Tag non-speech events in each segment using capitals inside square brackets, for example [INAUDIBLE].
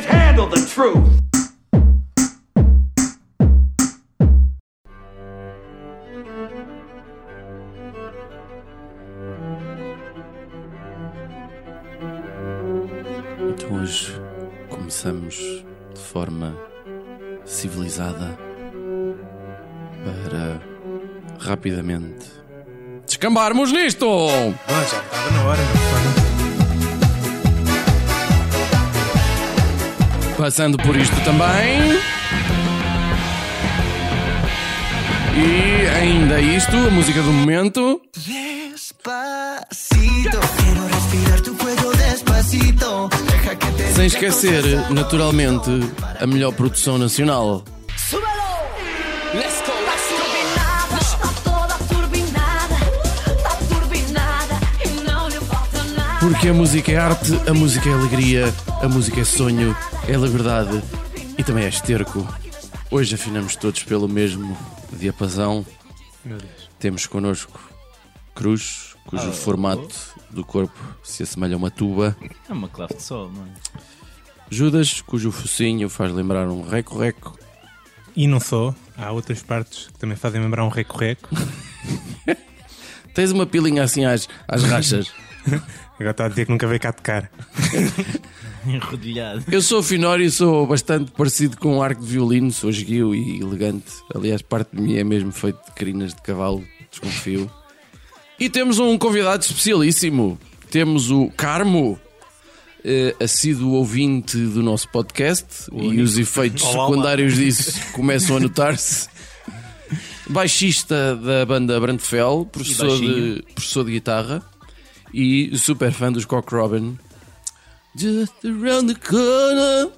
the truth. Então hoje começamos de forma civilizada para rapidamente descambarmos nisto! Ah, já estava na hora, meu Passando por isto também. E ainda isto, a música do momento. Despacito, quiero respirar tu cuello despacito. Deja que te Sem esquecer, naturalmente, a melhor produção nacional. Turbinada, está toda turbinada, está turbinada e não lhe falta nada. Porque a música é arte, a música é alegria, a música é sonho, é liberdade e também é esterco. Hoje afinamos todos pelo mesmo diapasão. Meu Deus. Temos connosco Cruz, cujo formato do corpo se assemelha a uma tuba. É uma clave de sol, mano. Judas, cujo focinho faz lembrar um reco-reco. E não só, há outras partes que também fazem lembrar um recorreco. Tens uma pilinha assim às, às rachas. Agora está a dizer que nunca veio cá tocar. Enrodilhado. Eu sou finório e sou bastante parecido com um arco de violino, sou esguio e elegante. Aliás, parte de mim é mesmo feito de crinas de cavalo, desconfio. E temos um convidado especialíssimo. Temos o Carmo, eh, assíduo ouvinte do nosso podcast e os efeitos Olá, secundários disso começam a notar-se. Baixista da banda Brandfell, professor baixinho. de, professor de guitarra e super fã dos Cock Robin. Just around the corner.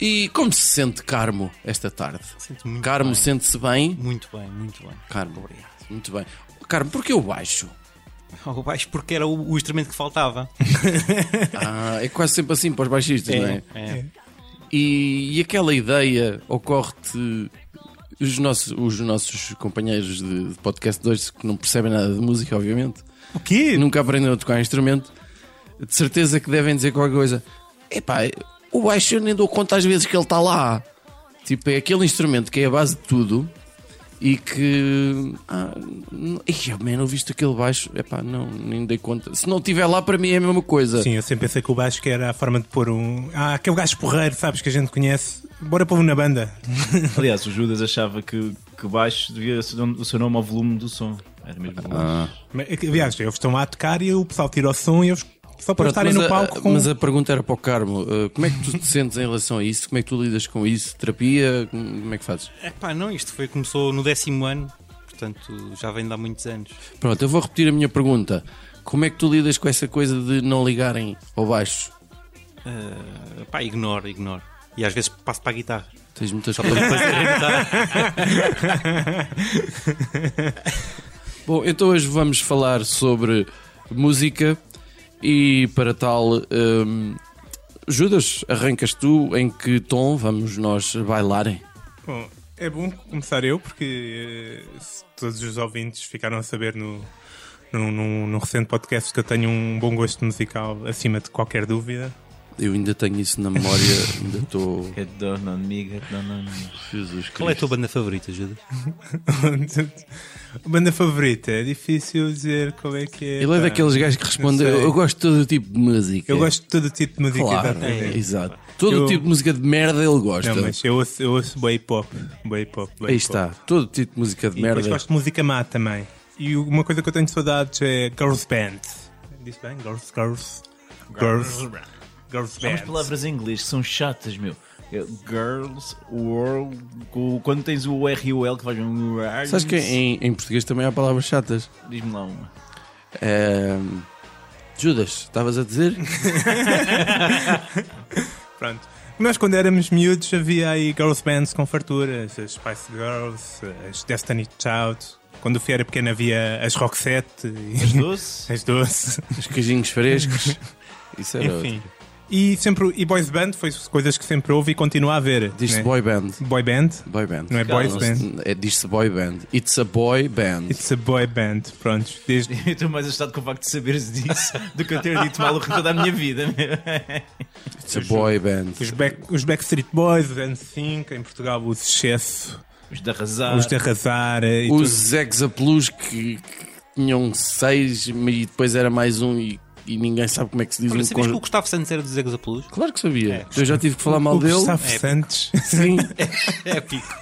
E como se sente Carmo esta tarde? Sinto muito Carmo bem. sente-se bem? Muito bem, muito bem. Carmo, Muito bem. Carmo, porquê o baixo? Ao baixo porque era o, o instrumento que faltava. Ah, é quase sempre assim para os baixistas, não é? É. E, e aquela ideia ocorre-te. Os nossos, os nossos companheiros de, de podcast 2 que não percebem nada de música, obviamente, O [LAUGHS] quê? nunca aprenderam a tocar instrumento, de certeza que devem dizer qualquer coisa. Epá, o baixo eu nem dou conta às vezes que ele está lá. Tipo, é aquele instrumento que é a base de tudo e que. Ah, não- Ih, oh, man, ouviste aquele baixo? Epá, não, nem dei conta. Se não estiver lá, para mim é a mesma coisa. Sim, eu sempre pensei que o baixo que era a forma de pôr um. Ah, aquele gajo porreiro, sabes, que a gente conhece. Bora pô-lo na banda. Aliás, o Judas achava que, que baixo devia ser o seu nome ao volume do som. Era mesmo Ah. volume. Mas, eh, Aliás, eles estão lá a tocar e o pessoal tira o som e eles só para Pronto, estarem mas no a- palco com. Mas a pergunta era para o Carmo: ah, como é que tu te sentes em relação a isso? Como é que tu lidas com isso? Terapia? Como é que fazes? Epá, não, isto foi, começou no décimo ano, portanto já vem de há muitos anos. Pronto, eu vou repetir a minha pergunta: como é que tu lidas com essa coisa de não ligarem ao baixo? Ah, pá, ignoro, ignoro. E às vezes passo para a [LAUGHS] guitarra. Tens muitas Só para coisas. depois arrebentar. Bom, então hoje vamos falar sobre música e para tal, hum, Judas, arrancas tu em que tom vamos nós bailar? Bom, é bom começar eu, porque eh, se todos os ouvintes ficaram a saber no, no, no- no recente podcast que eu tenho um bom gosto musical acima de qualquer dúvida. Eu ainda tenho isso na memória, ainda estou. Get down on me, get down on me. Jesus Qual é a Cristo. tua banda favorita, Judas? A [LAUGHS] banda favorita, é difícil dizer qual é que é. Ele é pá. daqueles gajos que responde: Não Eu sei. eu gosto de todo tipo de música. Eu gosto de todo tipo de música. Claro, é, exatamente. exato. Todo Eu- tipo de música de merda ele gosta. Não, mas eu ouço, eu ouço bué hip hop. bué hip hop, bué Aí hip hop. está, todo tipo de música de E merda. depois gosto de música má também. E uma coisa que eu tenho saudades é Girls Band. Diz bem? Girls, Girls. Girls. Girls Há umas Band. palavras em inglês que são chatas, meu. É Girls, world, com- quando tens o R e o L que faz um. Sabes que em, em português também há palavras chatas. Diz-me lá uma. Ehm, Judas, estavas a dizer? Pronto. Nós, quando éramos miúdos, havia aí girls bands com farturas. As Spice Girls, as Destiny Child. Quando o Fih era pequeno havia as Roxette. e- [LAUGHS] Doce? As Doce. Os queijinhos frescos. Isso era Enfim. E, sempre, e boys band foi coisas que sempre houve e continua a haver. Diz-se né? boy band. boy band. Boy band. Não é boys Não se- É, diz-se boy band. It's a boy band. It's a boy band, pronto. Desde, Eu estou mais assustado com o facto de saberes disso do que eu ter dito mal o resto da minha vida. It's a boy band. os, back, os Backstreet Boys, os N5, em Portugal os Excesso, Os de Ah. arrasar. os de Arrasar eh, e tudo. Os Exaplus que, que tinham seis e depois era mais um e, e ninguém sabe como é que se diz Olha, um sabias que o conjunto. Gustavo Santos era dos Exaplus? [LAUGHS] Claro que sabia. Eu já tive que falar mal É. o dele. Gustavo Santos. [LAUGHS] Sim. É pico.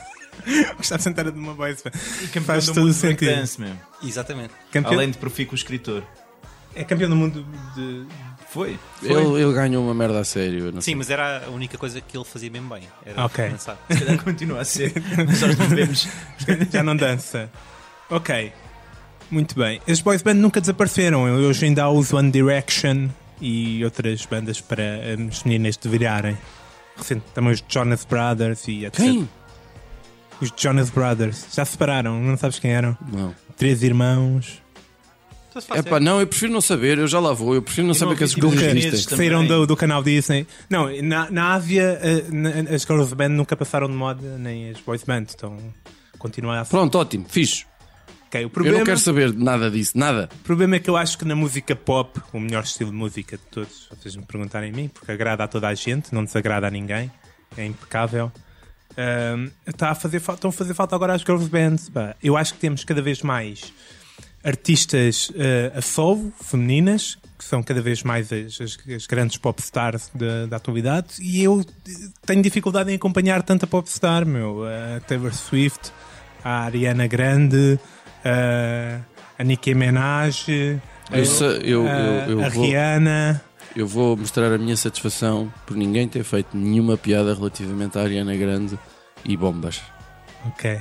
O Gustavo Santos era de uma boys band. campeão Faz do todo mundo o de sentido. breakdance, meu. Exatamente. Campeão, Além de profícuo escritor. É campeão do mundo de. Foi. ele, ele ganhou uma merda a sério. eu não sei. Sim, mas era a única coisa que ele fazia bem bem. Era Ok. dançar. Se calhar continua a ser. Mas nós não vemos. [LAUGHS] Já não dança. Ok. Muito bem. As boys band nunca desapareceram. Hoje ainda há os One Direction e outras bandas para eh, as meninas devirarem. Recente também os Jonas Brothers e etc. Quem? Os Jonas Brothers. Já se separaram, não sabes quem eram? Não. Três irmãos. Então se faz É pá, sério. não, eu prefiro não saber. Eu já lá vou. Eu prefiro não E saber não que esses vi tipo grupos os chineses existem. que saíram também. do, do canal Disney. Não, na, na Ásia eh, na- as girls band nunca passaram de moda, nem as boys band. Então continuam a ser. Pronto, ótimo. Fixe. Ok, o Eu problema... não quero saber de nada disso. Nada. O problema é que eu acho que na música pop, o melhor estilo de música de todos, se vocês me perguntarem a mim, porque agrada a toda a gente, não desagrada a ninguém, é impecável. Ahm, tá a fazer falta, estão a fazer falta agora às girls bands. pá. Eu acho que temos cada vez mais artistas ah, a solo, femininas, que são cada vez mais as, as- as grandes popstars da, da atualidade, e eu eh, tenho dificuldade em acompanhar tanta popstar, meu. A Taylor Swift, a Ariana Grande, ah, a Nicki Minaj, Eu, sei- eu, ah, eu, a eu, vou, Rihanna. eu vou mostrar a minha satisfação por ninguém ter feito nenhuma piada relativamente à Ariana Grande e bombas. Ok,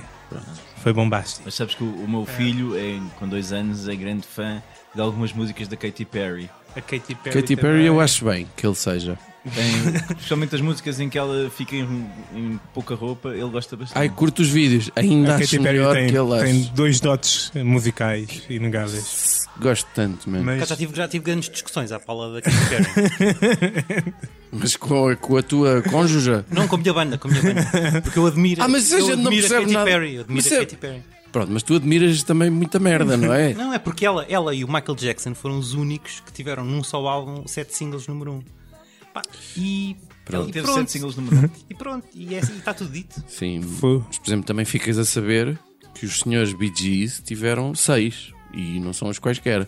foi bombástico. Mas sabes que o, o meu filho, é, com dois anos, é grande fã de algumas músicas da Katy Perry. A Katy Perry, Katy Perry, eu acho bem que ele seja. Tem, principalmente as músicas em que ela fica em, em pouca roupa, ele gosta bastante. Ai, curto os vídeos. Ainda A acho Katy Perry melhor tem, que é ele tem acho. dois dotes musicais inegáveis. Gosto tanto, mesmo. Por acaso Mas Já tive, já tive grandes discussões à pala da Katy [LAUGHS] Perry. Mas com a, com a tua cônjuge. Não, com a minha banda, com a minha banda. Porque eu admiro, Ah, mas a eu gente não admiro a percebe Katy nada. Perry. Eu admiro Mas a é- Katy Perry. Pronto, mas tu admiras também muita merda, não [LAUGHS] é? Não, é porque ela, ela e o Michael Jackson foram os únicos que tiveram num só álbum sete singles número um. Pá, e Ele e teve pronto. sete singles número E pronto, e é assim, está tudo dito. Sim. Fu. Mas, por exemplo, também ficas a saber que os senhores Bee Gees tiveram seis. E não são os quaisquer.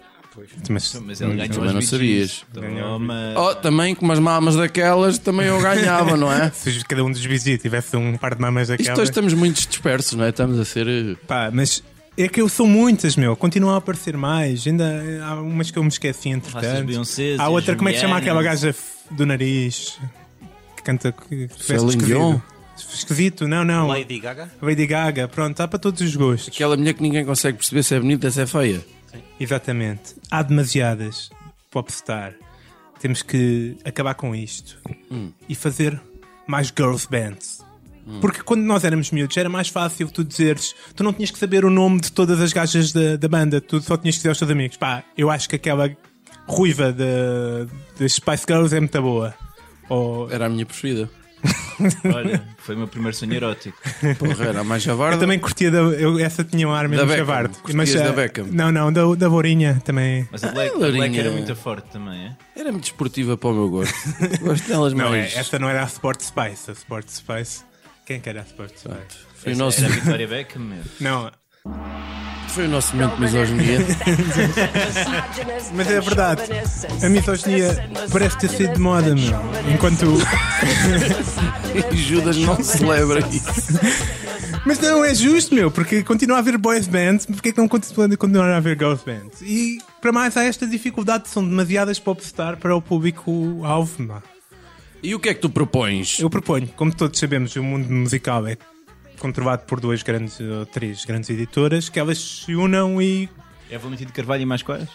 Mas, 1. Mas ele ganhou Hum, também os não Bee sabias. Gees. Toma. Oh, também com umas mamas daquelas também eu ganhava, não [LAUGHS] é? se cada um dos vizinhos tivesse um par de mamas Isto daquela. hoje estamos muito dispersos, não é? Estamos a ser. eh, Pá, mas é que eu sou muitas, meu. Continuam a aparecer mais. Ainda há umas que eu me esqueci, Raças entretanto. Beyoncés, Há as outra, como é que chama aquela Julianas. gaja f- do nariz que canta que veste Celine Dion? esquisito? Esquisito, não, não. Lady Gaga. Lady Gaga, pronto, há para todos os gostos. Aquela mulher que ninguém consegue perceber se é bonita, se é feia. Exatamente. Há demasiadas popstar. Temos que acabar com isto Hum. e fazer mais girls bands. Porque quando nós éramos miúdos era mais fácil tu dizeres, tu não tinhas que saber o nome de todas as gajas da, da banda, tu só tinhas que dizer aos teus amigos: pá, eu acho que aquela ruiva da- das Spice Girls é muito boa. Ou, Era a minha preferida. Olha, foi o meu primeiro sonho erótico. Porra, era a mais javarda. eu também curtia, da, eu, essa tinha um ar mesmo Beckham. chavardo. Curtias da ah, Beckham. Não, não, da, da Borinha também. Mas a Black, a Lourinha. Black era muito forte também, é? Era muito desportiva para o meu [LAUGHS] gosto. gosto delas Não, é, mais. essa não era a Sport Spice. A Sport Spice. Quem é que era a Sport Spice? Foi o nosso, é. Era a Victoria Beckham, meu. Não, foi o nosso momento de misoginia. mas é verdade. A misoginia parece ter sido de moda, meu. Enquanto. E Judas não celebra isso. [LAUGHS] Mas não é justo, meu, porque continua a haver boys bands, porque é que não continua continuar a haver girls bands? E para mais há esta dificuldade, são demasiadas popstar para o público-alvo, meu. E o que é que tu propões? Eu proponho, como todos sabemos, o mundo musical é controlado por duas grandes, ou três grandes editoras, que elas se unam e É Valentino de Carvalho e mais quais?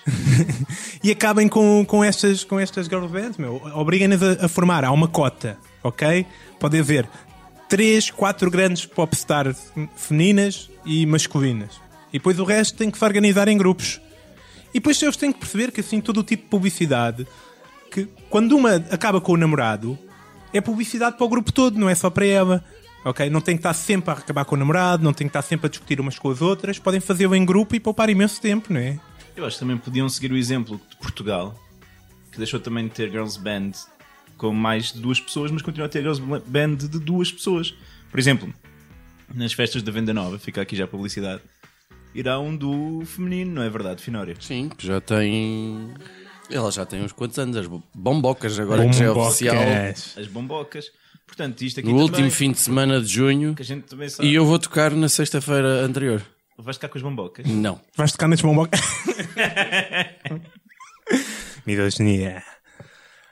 e acabem com, com estas, com estas girl bands, meu. Obriguem-nas a, a formar. Há uma cota, ok? Pode haver três, quatro grandes popstars femininas e masculinas. E depois o resto tem que se organizar em grupos. E depois eles têm que perceber que assim todo o tipo de publicidade que quando uma acaba com o namorado, é publicidade para o grupo todo, não é só para ela. Ok? Não tem que estar sempre a acabar com o namorado, não tem que estar sempre a discutir umas com as outras, podem fazê-lo em grupo e poupar imenso tempo, não é? Eu acho que também podiam seguir o exemplo de Portugal, que deixou também de ter girls band com mais de duas pessoas, mas continua a ter girls band de duas pessoas. Por exemplo, nas festas da Venda Nova, fica aqui já a publicidade, irá um duo feminino, não é verdade, Finório? Sim, que já tem. Ela já tem uns quantos anos, as bombocas agora que já é Bombocas. oficial. As bombocas. Portanto, isto aqui No também, último fim de semana de junho. que a gente também sabe. E eu vou tocar na sexta-feira anterior. Vais ficar com as bombocas? Não. Vais tocar nas bombocas. Meu Deus, Nia.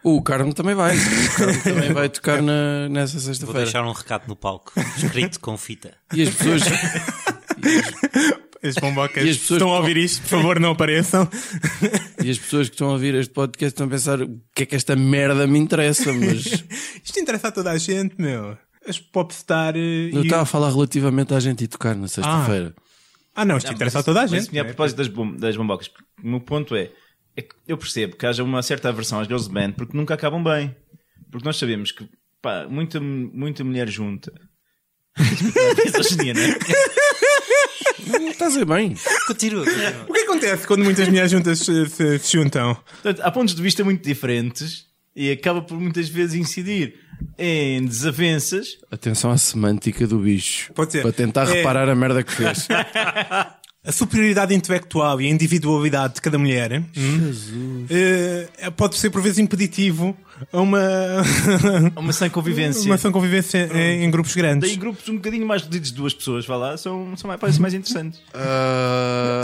O Carmo também vai. O Carmo também vai tocar na, nessa Vou sexta-feira. deixar um recado no palco, escrito com fita. E as pessoas. As bombocas E as pessoas- estão a ouvir isto, por favor, não apareçam. E as pessoas que estão a ouvir este podcast estão a pensar o que é que esta merda me interessa, mas Isto interessa a toda a gente, meu. As popstar. eh, eu e- estava a falar relativamente à gente ir tocar na sexta-feira. Ah, não, isto interessa a toda a gente. Mas, a não é? propósito das, bom- das bombocas, porque o meu ponto é, é que eu percebo que haja uma certa aversão às girls band porque nunca acabam bem. Porque nós sabemos que pá, muita, muita mulher junta. [LAUGHS] Misoginia, não é? Não Estás a bem. [LAUGHS] Continua, continua. O que acontece quando muitas mulheres juntas se, se- se juntam? Portanto, há pontos de vista muito diferentes e acaba por muitas vezes incidir em desavenças. Atenção à semântica do bicho. Pode ser. Para tentar É. reparar a merda que [LAUGHS] fez. A superioridade intelectual e a individualidade de cada mulher hum, eh, pode ser por vezes impeditivo a uma, Há uma sem convivência. uma sã convivência em, em grupos grandes. Daí grupos um bocadinho mais reduzidos de duas pessoas, vá lá, são, são mais, parecem mais interessantes. Ah,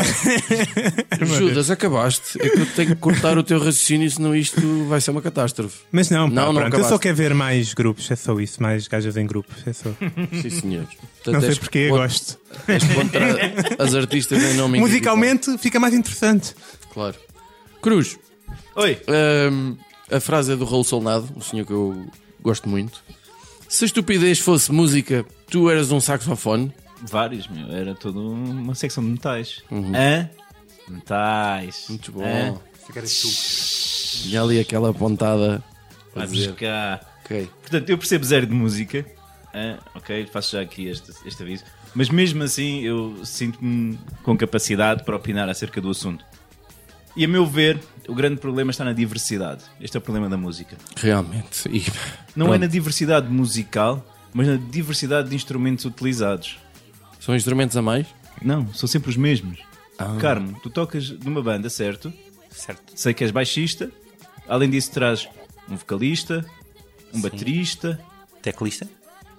É Judas, acabaste. É que eu tenho que cortar o teu raciocínio, senão isto vai ser uma catástrofe. Mas não, pá, Não, não pronto, eu só acabaste. quero ver mais grupos, é só isso, mais gajas em grupos, é só. Sim, senhor. Não Portanto, sei és porque, eu con- gosto. és contra as artistas em [LAUGHS] nome Musicalmente fica mais interessante. individual, Claro. Cruz, Oi, hum, a frase é do Raul Solnado, um senhor que eu gosto muito. Se a estupidez fosse música, tu eras um saxofone. vários, meu, era toda uma secção de metais. Hã? Metais. Uhum. Muito bom. Hã? E ali aquela pontada. a Vai dizer, buscar. Ok. Portanto, eu percebo zero de música. Ah, ok, faço já aqui este, este aviso. Mas mesmo assim, eu sinto-me com capacidade para opinar acerca do assunto. E a meu ver, o grande problema está na diversidade. Este é o problema da música. Realmente. E- [LAUGHS] Não é pronto. na diversidade musical, mas na diversidade de instrumentos utilizados. São instrumentos a mais? Não, são sempre os mesmos. Ah. Carmo, tu tocas numa banda, certo? Certo. Sei que és baixista. Além disso, traz um vocalista, um baterista Teclista?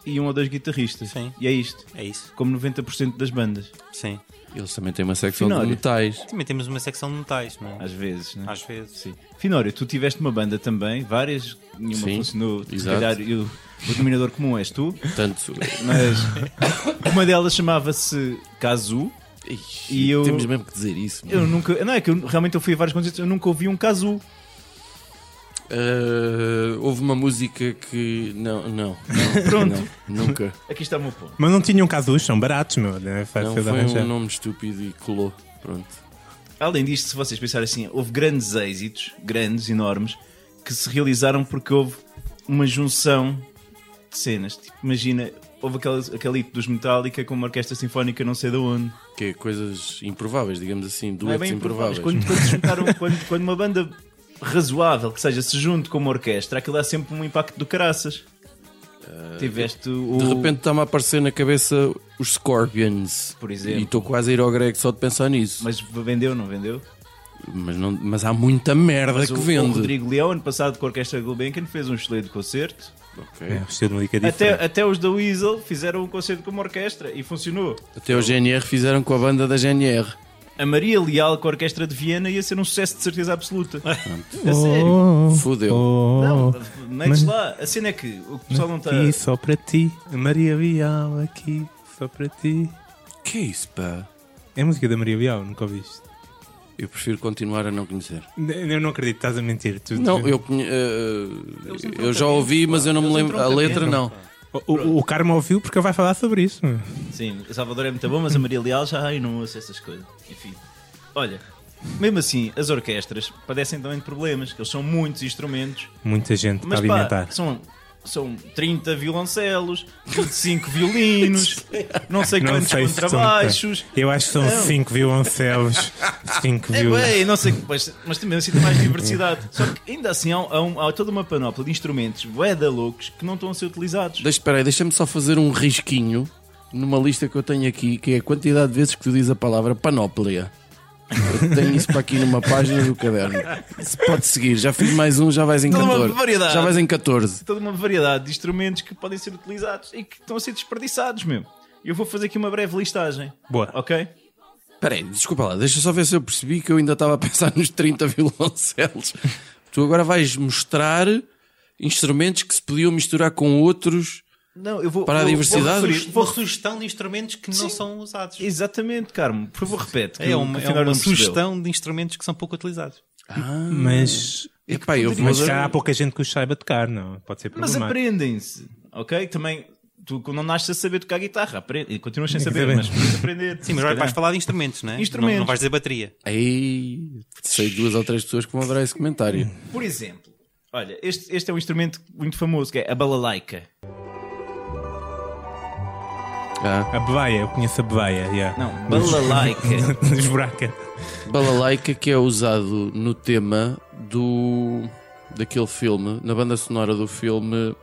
e um ou dois guitarristas. Sim. E é isto. É isso. como 90% das bandas, Sim. Eles também têm uma secção Finório. de metais. Também temos uma secção de metais, não é? às vezes, né? Às vezes. Sim. Finório, tu tiveste uma banda também, várias, nenhuma Sim, funcionou. Se exato. calhar eu- o denominador comum és tu, [LAUGHS] Portanto, mas uma delas chamava-se Kazoo. E eu- temos mesmo que dizer isso. Eu mano. nunca, não é que eu, realmente eu fui a vários concertos, eu nunca ouvi um Kazoo. Ah, houve uma música que. Não, não. não [LAUGHS] Pronto. não, nunca. Aqui está o meu ponto. Mas não tinham casus, são baratos, meu. Né? Fácil Não, de foi arranjar. um nome estúpido e colou. Pronto. Além disto, se vocês pensarem assim, houve grandes êxitos, grandes, enormes, que se realizaram porque houve uma junção de cenas. Tipo, imagina, houve aquele, aquele hito dos Metallica com uma orquestra sinfónica não sei de onde. Que é coisas improváveis, digamos assim, Não é duetos bem improváveis. improvável. Quando, quando se [LAUGHS] juntaram, quando, quando uma banda razoável, que seja, se junte com uma orquestra, aquilo dá sempre um impacto do caraças. Tiveste o. Ah, De repente está-me a aparecer na cabeça os Scorpions. Por exemplo. E estou quase a ir ao grego só de pensar nisso. Mas, Mas vendeu, não vendeu? não, mas há muita merda Mas que o, vende. o Rodrigo Leão, ano passado, com a Orquestra Gulbenkian, fez um excelente concerto. Ok. É, o estilo de música é Até, diferente. até os da Weasel fizeram um concerto com uma orquestra e funcionou. Até o GNR fizeram com a banda da GNR. A Maria Leal com a Orquestra de Viena ia ser um sucesso de [LAUGHS] certeza absoluta. A sério. Fudeu. Não, Oh, metes lá. A cena é que o pessoal não está. aqui só para ti. Maria Bial, aqui só para ti. Que é isso, pá? É a música da Maria Bial, nunca ouviste. Eu prefiro continuar a não conhecer. N- Eu não acredito, estás a mentir. Tu- Não, tu- eu, conhe- eh, eu já ouvi, mas eu não me lembro. A letra não. O, o, o Carmo ouviu porque ele vai falar sobre isso. meu. Sim, o Salvador é muito bom, mas a Maria Leal já ai, não ouço essas coisas. Enfim. Olha, Mesmo assim, as orquestras padecem também de problemas, que eles são muitos instrumentos, Muita gente para mas pá, alimentar. são, são 30 violoncelos, [LAUGHS] 25 violinos, não sei Não quantos sei se são. contrabaixos. Eu acho que são Não. 5 violoncelos, 5 É viol... bem, não sei, mas, mas também assim tem mais diversidade. Só que ainda assim há, um- há um- há toda uma panóplia de instrumentos da loucos que não estão a ser utilizados. Deixa, espera aí, deixa-me só fazer um risquinho numa lista que eu tenho aqui, que é a quantidade de vezes que tu diz a palavra panóplia. Eu tenho isso para aqui numa página do caderno. Se pode seguir, já fiz mais um, já vais em Toda uma 14. variedade. Já vais em 14. toda uma variedade de instrumentos que podem ser utilizados e que estão a ser desperdiçados mesmo. Eu vou fazer aqui uma breve listagem. Boa. Ok? Espera aí, desculpa lá, deixa só ver se eu percebi que eu ainda estava a pensar nos 30 violoncelos. Tu agora vais mostrar instrumentos que se podiam misturar com outros. Não, eu vou. Para a vou- diversidade? Vou referir, Uma vou referir- sugestão de instrumentos que não são usados. Exatamente, Carmo. Por favor, repete. que É eu- uma, que é afinal uma não percebeu. sugestão de instrumentos que são pouco utilizados. Mas, Epá, eu vou Ah, mas já há dar... pouca gente que os saiba tocar, não? Pode ser Mas problemático. aprendem-se. Ok? Também. Tu quando não nasces a saber tocar guitarra, aprende. E continuas sem saber, saber. mas podes aprender. Sim, mas agora vais falar de instrumentos, não é? Instrumentos. Não, não vais dizer bateria. Ei, sei duas ou três pessoas que vão adorar esse comentário. Hum. Por exemplo, olha, este, este é um instrumento muito famoso que é a balalaica. Ah, A bevaia, eu conheço a bevaia, yeah. Não, [LAUGHS] [LAUGHS] [LAUGHS] balalaica. Desbraca. balalaika que é usado no tema do daquele filme, na banda sonora do filme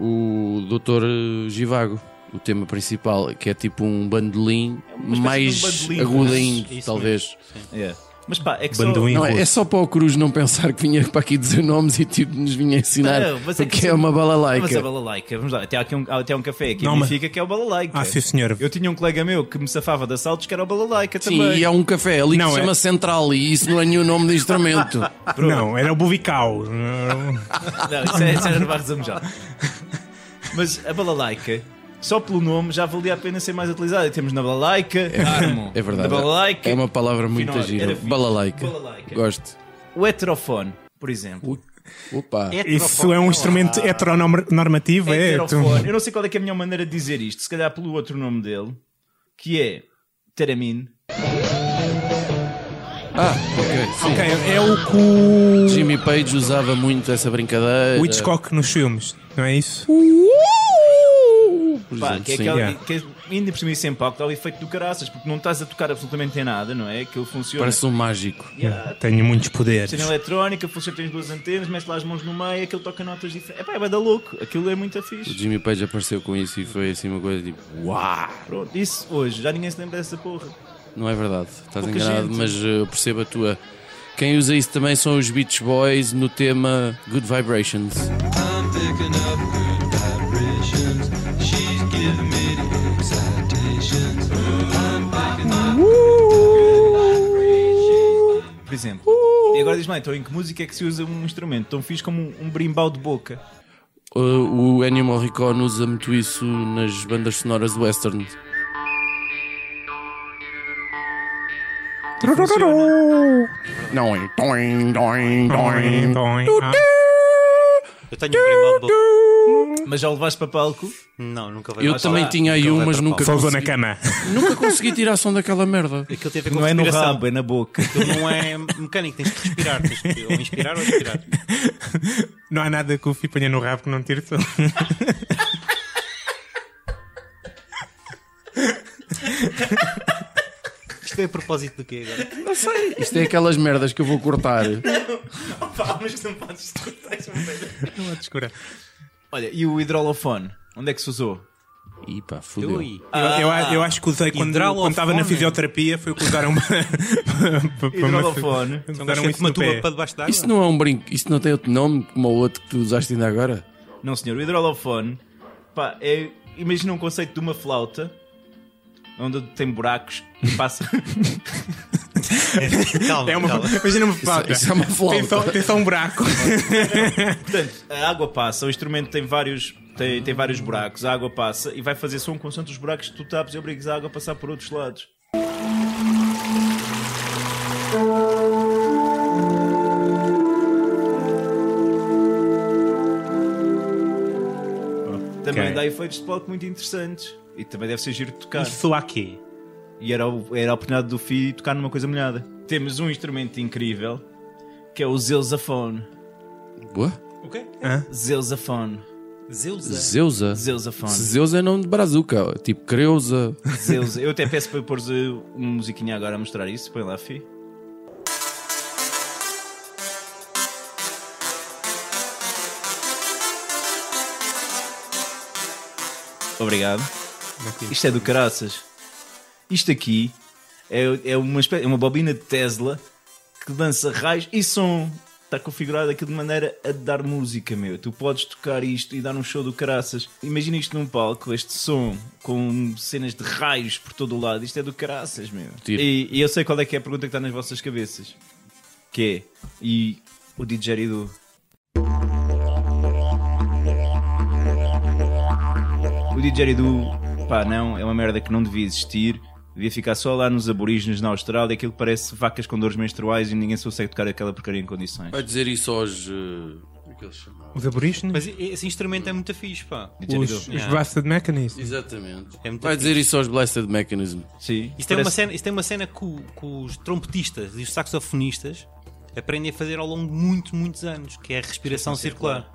o Dr. Givago, o tema principal, que é tipo um bandolim uma espécie de um mais bandolim, agudinho, mas- isso talvez. É. Mas pá, é que só- Bandoim. Não, é, é só para o Cruz não pensar que vinha para aqui dizer nomes e tipo nos vinha ensinar Não, mas é o que que é isso- uma balalaika. Mas a balalaica, vamos lá, até há, aqui um, há até um café aqui Não, em mas- Benfica que é o balalaica. Ah, sim, senhor. Eu tinha um colega meu que me safava de assaltos que era o balalaica Sim, também. e há um café ali Não, que se é- chama Central e isso não é nenhum nome de [LAUGHS] instrumento. Não, era o Bubical. Não, isso é, isso era no Barros [LAUGHS] da Mujal. Mas a balalaica, só pelo nome, já valia a pena ser mais utilizada. E Temos na balalaica, Armo. É verdade. Na balalaica, É uma palavra muito Afinal, gira. era fixe. Balalaika. Balalaika. Gosto. o heterofone, por exemplo. Ui, Opa. Isso é um instrumento heteronormativo, é? Tu- heterofone. Eu não sei qual é, que é a minha maneira de dizer isto, se calhar pelo outro nome dele, que é Teramine. Ah, ok. Sim. Ok, é o que Jimmy Page usava muito essa brincadeira. o- o Hitchcock nos filmes, não é isso? Por Pá, exemplo, que é sim. aquela, Yeah. que é- ainda por cima isso em palco dá o efeito do caraças, porque não estás a tocar absolutamente em nada, não é? Aquilo funciona. Parece um mágico. Yeah. Tenho muitos poderes. Cena eletrónica, funciona, tens duas antenas, metes lá as mãos no meio, aquilo toca notas diferentes. É pá, é bué da louco, aquilo é muito O fixe. Jimmy Page apareceu com isso e foi assim uma coisa tipo, uau! Pronto, isso hoje, já ninguém se lembra dessa porra. Não é verdade, estás Pouca enganado, gente. mas eh, percebo a tua. Quem usa isso também são os Beach Boys no tema Good Vibrations. I'm picking up good vibrations. She's giving me the excitations. I'm picking up good vibrations. Por exemplo. Uh! E agora diz-me lá, então em que música é que se usa um instrumento tão fixe como um, um brimbal de boca? Eh, o Ennio Morricone usa muito isso nas bandas sonoras western. é Não é? Doing, doing, doing. Ah. Eu tenho um grimbal de boca. Mas já o levaste para palco? Não, nunca vai Eu mais também falar. tinha aí Nunca vai um, mas para nunca- palco. Fogou na cama. Nunca consegui tirar som daquela merda. Aquilo tem a ver com Não é no respiração. rabo, é na boca. Aquilo não é mecânico, tens de respirar. Tens de ou inspirar ou expirar. Não há nada que o Fih ponha no rabo que não tire som. Isto é a propósito do quê agora? Isto é aquelas merdas que eu vou cortar. Pá, mas não podes cortar isso, meu velho. [LAUGHS] Não há de escurar. Olha, e o hidrolofone? Onde é que se usou? Ih pá, fodeu. Ui. Eu, eu a- eu acho que usei quando, hidralofone. quando estava na fisioterapia. Foi o que usaram [LAUGHS] para- para- para uma- [LAUGHS] Hidrolofone. Usaram Agora isso Então Um uma no tuba pé. para debaixo da água? Isso não é um brinco, isso não tem outro nome como o outro que tu usaste ainda agora? Não, senhor, o hidrolofone pá, é. Imagina um conceito de uma flauta onde tem buracos que passa. Calma, É uma... calma. [LAUGHS] Imagina uma Isso, Ah, flauta. isso é uma Tem só, Então flauta. tem só um [LAUGHS] buraco. Portanto, a água passa, o instrumento tem vários, tem, tem vários buracos, a água passa e vai fazer som consoante os buracos que tu tapes e obrigas a água a passar por outros lados. Também Ok. dá efeitos de palco muito interessantes e também deve ser giro de tocar. Isso aqui. E era, o- era a oportunidade do Fi tocar numa coisa molhada. temos um instrumento incrível que é o Zeusafone. Boa. O quê? Zeusafone. Zeusa. Zeusa. Zeusafone. Zeusa é nome de brazuca. Tipo, Creusa. Zeus. Eu até peço para pôr uma musiquinha agora a mostrar isso. Põe lá, fi. Obrigado. Isto é do caraças. Isto aqui é, é uma, espé- é uma bobina de Tesla que lança raios e som. Está configurado aquilo de maneira a dar música, meu. Tu podes tocar isto e dar um show do caraças. Imagina isto num palco, este som, com cenas de raios por todo o lado. Isto é do caraças, meu. Tiro. E, e eu sei qual é que é a pergunta que está nas vossas cabeças. Que é, e o didgeridoo? O didgeridoo, pá, não, é uma merda que não devia existir. Devia ficar só lá nos aborígenes na Austrália, aquilo que parece vacas com dores menstruais e ninguém se consegue tocar aquela porcaria em condições. Vai dizer isso aos. eh, como é que eles chamavam? Os aborígenes? Mas e- esse instrumento é muito fixe, pá. Didgeridoo. Os, os Yeah. Bastard Mechanism. Exatamente. É muito Vai dizer isso aos Blasted Mechanism. Sim. Isto, tem parece- uma cena, isto tem uma cena que, o- que os trompetistas e os saxofonistas aprendem a fazer ao longo de muitos, muitos anos, que é a respiração circular.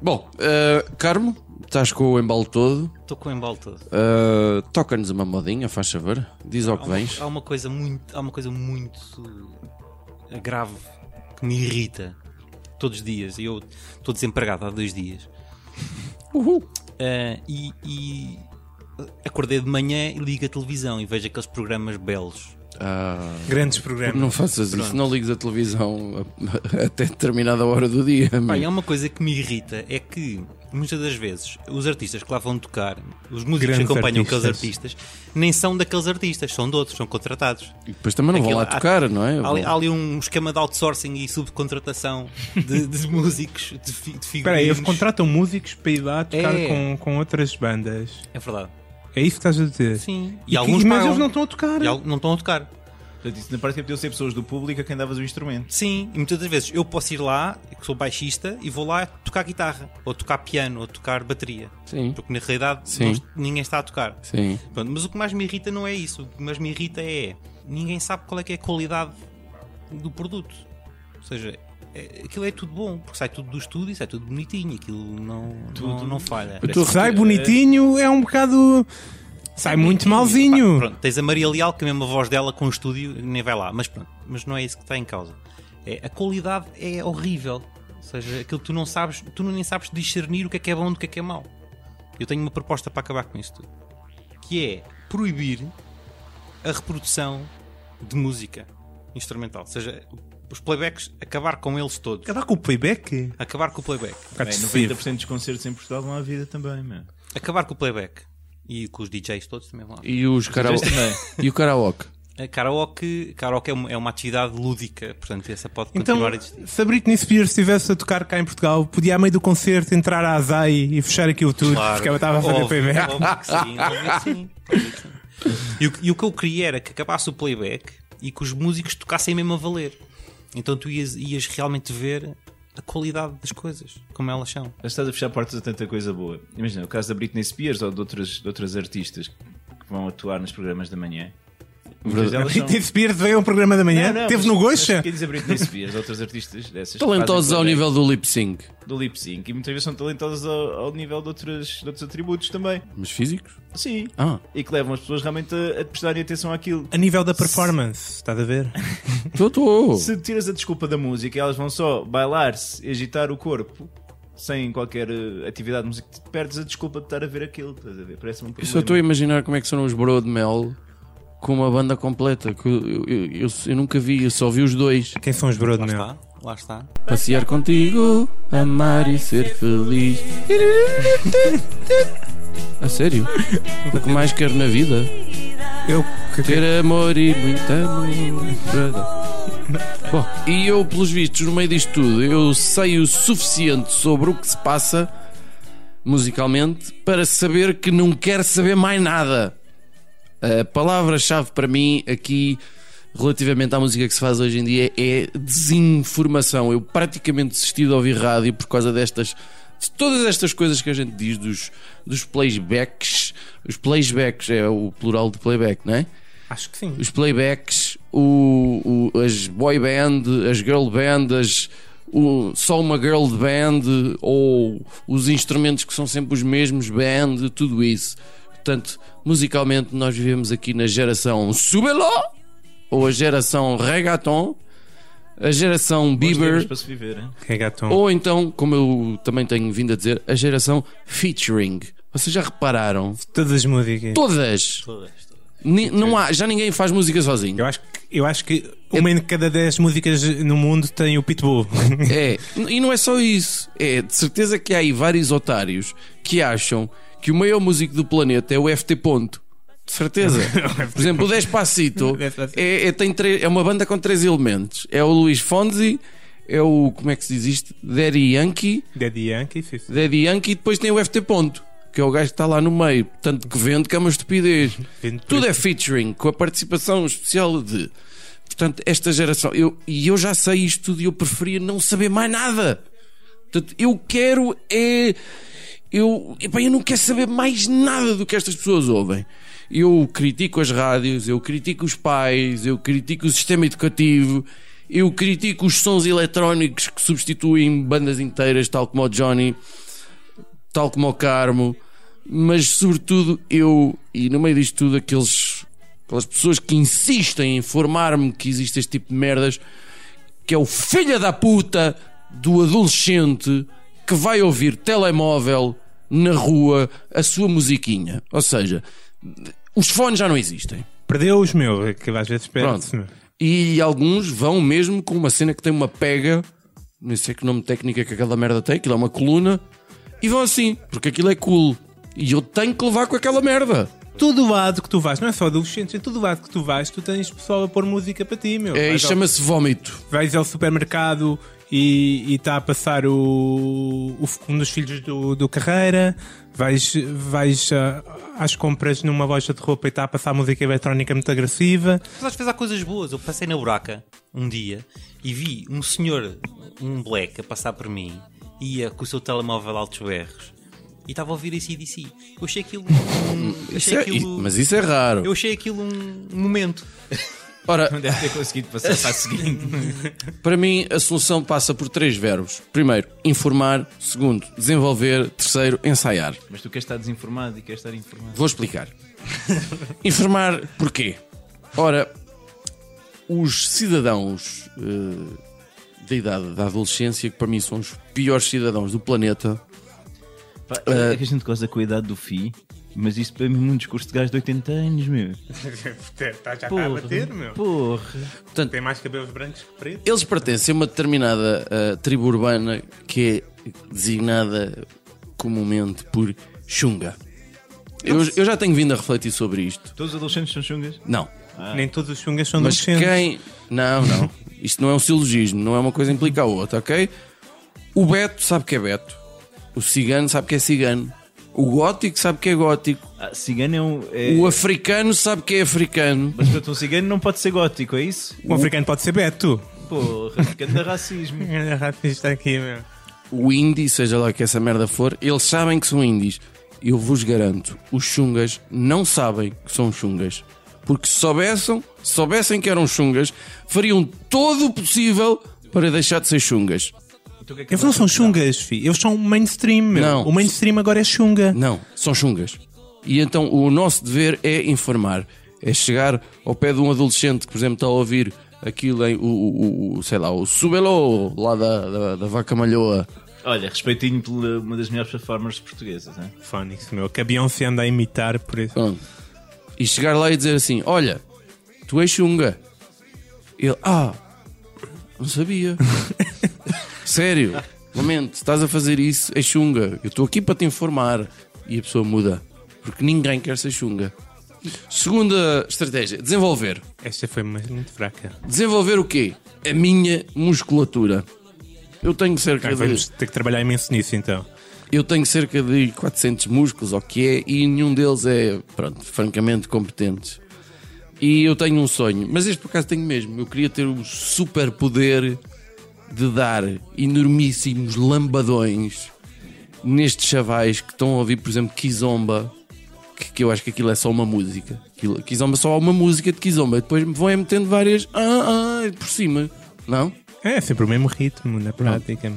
Bom, eh, Carmo, estás com o embalo todo. Estou com o embalo todo. Eh, Toca-nos uma modinha, faz favor. Diz ao Há que uma, vens. há uma coisa muito, há uma coisa muito uh, grave que me irrita todos os dias. E Eu estou desempregado há dois dias. Uhul. Ah, e, e acordei de manhã e ligo a televisão e vejo aqueles programas belos. Ah, Grandes programas. não faças isso, não ligues a televisão [LAUGHS] a- até determinada hora do dia. Pá, meu. e há uma coisa que me irrita é que muitas das vezes os artistas que lá vão tocar, os músicos que Grandes acompanham aqueles artistas. artistas, nem são daqueles artistas, são de outros, são contratados. E depois também não vão lá Aquilo- tocar, não é? Há ali, há ali um esquema de outsourcing e subcontratação de, de [LAUGHS] músicos, de, fi, de Espera aí, figurinos. eles contratam músicos para ir lá tocar É. com, com outras bandas. É verdade. É isso que estás a dizer? Sim. E, que- alguns mas pagam. eles não estão a tocar. E al- não estão a tocar. Portanto, isso na prática podiam ser pessoas do público a quem davas o instrumento. Sim, e muitas das vezes eu posso ir lá, que sou baixista, e vou lá tocar guitarra, ou tocar piano, ou tocar bateria. Sim, Porque na realidade Sim. não- ninguém está a tocar. sim. Pronto, mas o que mais me irrita não é isso. O que mais me irrita é ninguém sabe qual é que é a qualidade do produto. Ou seja, é- aquilo é tudo bom, porque sai tudo do estúdio, sai tudo bonitinho, aquilo não, não, não falha. Tu- Sai bonitinho, é um bocado. Sai muito Pá, malzinho. pronto, tens a Maria Leal, que é mesmo a voz dela com o estúdio, nem vai lá, mas pronto, mas não é isso que está em causa. É, a qualidade é horrível. Ou seja, aquilo que tu não sabes, tu nem sabes discernir o que é que é bom e o que é que é mau. Eu tenho uma proposta para acabar com isso tudo. Que é proibir a reprodução de música instrumental. Ou seja, os playbacks, acabar com eles todos. Acabar com o playback? Acabar com o playback. Bem, Bocado excessivo. 90% dos concertos em Portugal vão à vida também, meu. Acabar com o playback. E com os DJs todos também vão lá. E, os karao... Mas também. e o karaoke? A karaoke, karaoke é, uma, é uma atividade lúdica, portanto, essa pode Então, continuar a existir. se a Britney Spears estivesse a tocar cá em Portugal, podia, a meio do concerto, entrar à Azai e fechar aquilo tudo, porque ela estava a fazer Óbvio, playback. óbvio que sim, óbvio que sim, óbvio que sim. E, o, que- e o que eu queria era que acabasse o playback e que os músicos tocassem mesmo a valer. Então tu ias, ias realmente ver a qualidade das coisas, como elas são. Mas estás a fechar portas a tanta coisa boa. Imagina, o caso da Britney Spears ou de outras, de outras artistas que vão atuar nos programas da manhã. Muitas A delas são- Britney Spears veio a um programa da manhã, Não, não, teve mas- no mas Goxa. Quer dizer Britney Spears, outras artistas dessas. que Talentosos fazem ao playback nível do lip sync, Do lip sync. E muitas vezes são talentosas ao, ao nível de outros, de outros atributos também. mas físicos? Sim. Ah, E que levam as pessoas realmente a, a prestarem atenção àquilo. A nível da performance, estás a ver? estou, estou. Se tiras a desculpa da música e elas vão só bailar-se e agitar o corpo sem qualquer eh, atividade musical, perdes a desculpa de estar a ver aquilo. Estás a ver? Parece-me um Eu problema. só estou a imaginar como é que são os Bro de Mel com uma banda completa. Que eu, eu- eu- eu- eu nunca vi, eu só vi os dois. Quem são os bro de mel? Está? Lá está. Passear contigo, amar e ser feliz. A sério? O que mais quero na vida? Eu que Ter amor e muito amor. Bom, e eu, pelos vistos, no meio disto tudo, eu sei o suficiente sobre o que se passa musicalmente para saber que não quero saber mais nada. A palavra-chave para mim aqui, relativamente à música que se faz hoje em dia, é desinformação. Eu praticamente desisti de ouvir rádio por causa destas. de todas estas coisas que a gente diz dos, dos playbacks. Os playbacks é o plural de playback, não é? acho que sim. Os playbacks, o- o- as boy band, as girl band, as, o- só uma girl band ou os instrumentos que são sempre os mesmos band, tudo isso. Portanto, musicalmente, nós vivemos aqui na geração Subeló ou a geração Reggaeton, a geração Bons tempos Bieber. para se viver, hein? Reggaeton. Ou então, como eu também tenho vindo a dizer, a geração featuring. Vocês já repararam? Todas as músicas. Todas. Todas, todas. Ni- não há, já ninguém faz música sozinho. Eu acho, que, eu acho que uma em cada dez músicas no mundo tem o Pitbull. [LAUGHS] É. N- E não é só isso. É de certeza que há aí vários otários que acham que o maior músico do planeta é o FT Ponto. De certeza. Por exemplo, [LAUGHS] o Despacito Despacito. é, é, tem três- é uma banda com três elementos. É o Luís Fonzi, é o. Como é que se diz isto? Daddy Yankee. Daddy Yankee, Fifth. Daddy Yankee e depois tem o FT Ponto, que é o gajo que está lá no meio, tanto que vende que é uma estupidez. Vende Tudo é featuring, com a participação especial de. Portanto, esta geração. Eu, e eu já sei isto tudo e eu preferia não saber mais nada. Portanto, eu quero é. Eu, epá, eu não quero saber mais nada do que estas pessoas ouvem. Eu critico as rádios, eu critico os pais, eu critico o sistema educativo, eu critico os sons eletrónicos que substituem bandas inteiras, tal como o Johnny tal como o Carmo, mas sobretudo eu, e no meio disto tudo, aqueles, aquelas pessoas que insistem em informar-me que existe este tipo de merdas, que é o filho da puta do adolescente que vai ouvir telemóvel na rua a sua musiquinha. Ou seja, os fones já não existem. Perdeu os meus, que às vezes Pronto. perde-se. E alguns vão mesmo com uma cena que tem uma pega, não sei que nome técnico é que aquela merda tem, aquilo é uma coluna, e vão assim, porque aquilo é cool. E eu tenho que levar com aquela merda. Todo lado que tu vais, não é só adolescentes, em todo lado que tu vais, tu tens pessoal a pôr música para ti, meu. É, e Vais ao- chama-se vómito. vais ao supermercado e está a passar o, o- um dos filhos do, do Carreira, vais, vais ah, às compras numa loja de roupa e está a passar música eletrónica muito agressiva. Mas às vezes há coisas boas. Eu passei na buraca um dia e vi um senhor, um black, a passar por mim, ia com o seu telemóvel altos berros e estava a ouvir esse DC. Eu achei aquilo. um- eu Isso achei é- aquilo mas isso é raro. eu achei aquilo um momento. Ora, Deve ter conseguido passar tá para a seguinte. para mim, a solução passa por três verbos: primeiro, informar, segundo, desenvolver, terceiro, ensaiar. [LAUGHS] Mas tu queres estar desinformado e queres estar informado. Vou explicar. Informar porquê. Ora, os cidadãos eh, da idade da adolescência, que para mim são os piores cidadãos do planeta, Pá, Ah. É que a gente goza com a idade do FI, mas isso para mim é um discurso de gajo de 80 anos, meu. Está já Porra, Porra. Tem mais cabelos brancos que pretos. eles pertencem a uma determinada eh, tribo urbana que é designada comumente por Xunga. Eu, eu já tenho vindo a refletir sobre isto. Todos os adolescentes são chungas? Não. Nem todos os chungas são Mas adolescentes. quem. Não, não. Isto não é um silogismo, não é uma coisa implica a outra, ok? O Beto sabe que é Beto. O cigano sabe que é cigano. O gótico sabe que é gótico. Ah, cigano é um. É... O africano sabe que é africano. Mas portanto, um cigano não pode ser gótico, é isso? O africano pode ser [LAUGHS] Beto. Porra, ficando de racismo. [LAUGHS] Olha, racista aqui, meu. O índio, seja lá que essa merda for, eles sabem que são índios. Eu vos garanto, os chungas não sabem que são chungas. Porque se soubessem, se soubessem que eram chungas, fariam todo o possível para deixar de ser chungas. Então, o que é que Eles não são chungas, filho. Eles são mainstream, meu. Não. O mainstream agora é chunga. Não, são chungas. E então o nosso dever é informar. É chegar ao pé de um adolescente que, por exemplo, está a ouvir aquilo em, o, o, o- o- sei lá, o Subelô lá da, da, da Vaca Malhoa. Olha, respeitinho por uma das melhores performers portuguesas, né? Fónix, meu. Que a Beyoncé anda a imitar por isso. Pronto. E chegar lá e dizer assim: Olha, tu és chunga. Ele, ah, não sabia. Sério, lamento, se estás a fazer isso, é chunga. Eu estou aqui para te informar. E a pessoa muda. Porque ninguém quer ser chunga. Segunda estratégia: desenvolver. Esta foi mu- muito fraca. Desenvolver o quê? A minha musculatura. Eu tenho cerca Vamos de, ter que trabalhar imenso nisso, então. eu tenho cerca de 400 músculos, ou que é, e nenhum deles é, pronto, francamente competente. E eu tenho um sonho, mas este por acaso tenho mesmo. Eu queria ter um super poder de dar enormíssimos lambadões nestes chavais que estão a ouvir, por exemplo, Kizomba que, que eu acho que aquilo é só uma música. Aquilo, Kizomba só há uma música de Kizomba. E depois vão é metendo várias ah, ah, por cima. Não? É sempre o mesmo ritmo na prática.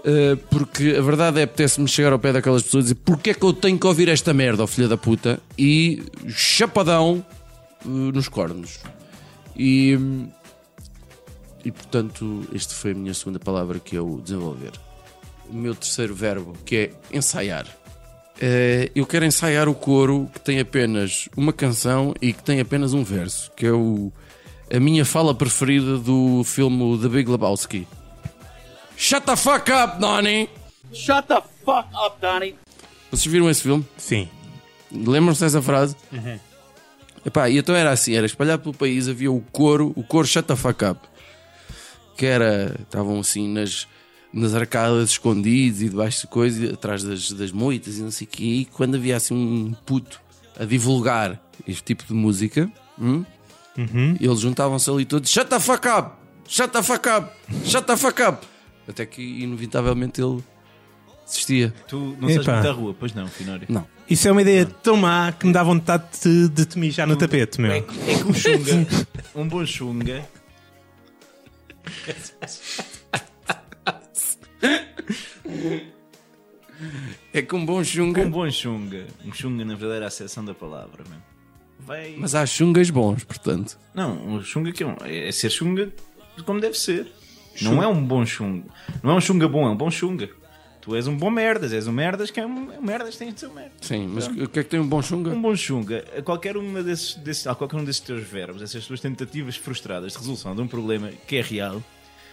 Uh, porque a verdade é que apetece-me chegar ao pé daquelas pessoas e dizer porque é que eu tenho que ouvir esta merda, ó filha da puta, e chapadão uh, nos cornos. E, hum, e portanto, esta foi a minha segunda palavra que eu desenvolver. O meu terceiro verbo, que é ensaiar. Uh, eu quero ensaiar o coro que tem apenas uma canção e que tem apenas um verso, que é o, a minha fala preferida do filme The Big Lebowski. Shut the fuck up, Donnie! Shut the fuck up, Donnie. Vocês viram esse filme? Sim. Lembram-se dessa frase? Epá, e então era assim: era espalhado pelo país, havia o coro, o coro shut the fuck up. Que era, estavam assim nas, nas arcadas escondidos e debaixo de coisa, e atrás das, das moitas e não sei o quê. E quando havia assim um puto a divulgar este tipo de música, hum, eles juntavam-se ali todos: shut the fuck up, shut the fuck up, shut the fuck up. Até que inevitavelmente ele desistia. Tu não sabes Epá. muito da rua, pois não, Finório. Não. Isso é uma ideia tão má que me dá vontade de, de te mijar no tapete, meu. É que, é que um Xunga, um bom Xunga. É que um bom chunga. Um bom Xunga. Um Xunga, na verdadeira acessão da palavra, mesmo. Vai. Mas há chungas bons, portanto. Não, um Xunga que é, um, é ser Xunga como deve ser. Não é um bom Xunga. Não é um Xunga bom, é um bom Xunga. Tu és um bom merdas, és um merdas que é um, é um merdas, tens de ser um merdas. Sim, mas o que é que tem um bom chunga? Um bom Xunga, a qualquer, uma desses, desses, a qualquer um desses teus verbos, essas tuas tentativas frustradas de resolução de um problema que é real,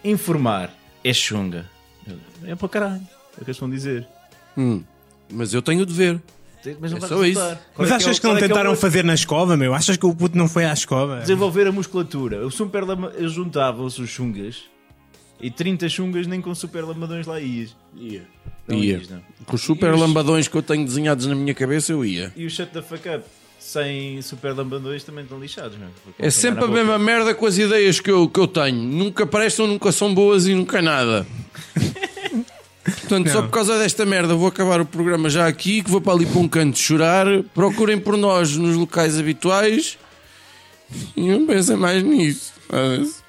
informar é Xunga. É para caralho. É o que eles vão dizer. Hum. Mas eu tenho o dever. Mas não É vai só isso. resultar. Qual Mas é que é achas o- que não qual é é o tentaram outro? fazer na escova, meu? Achas que o puto não foi à escova? desenvolver a musculatura. O super lama... juntavam-se os chungas e 30 chungas nem com super lamadões lá ias. Ia. Não Ia. ias, não. Com os super E os- lambadões que eu tenho desenhados na minha cabeça, eu ia. E o shut the fuck up sem super lamadões também estão lixados, não Porque É vão sempre a tomar na mesma merda com as ideias que eu, que eu tenho. Nunca prestam, nunca são boas e nunca é nada. [LAUGHS] Portanto, só por causa desta merda, vou acabar o programa já aqui, que vou para ali para um canto chorar. Procurem por nós nos locais habituais e não pensem mais nisso. Foda-se.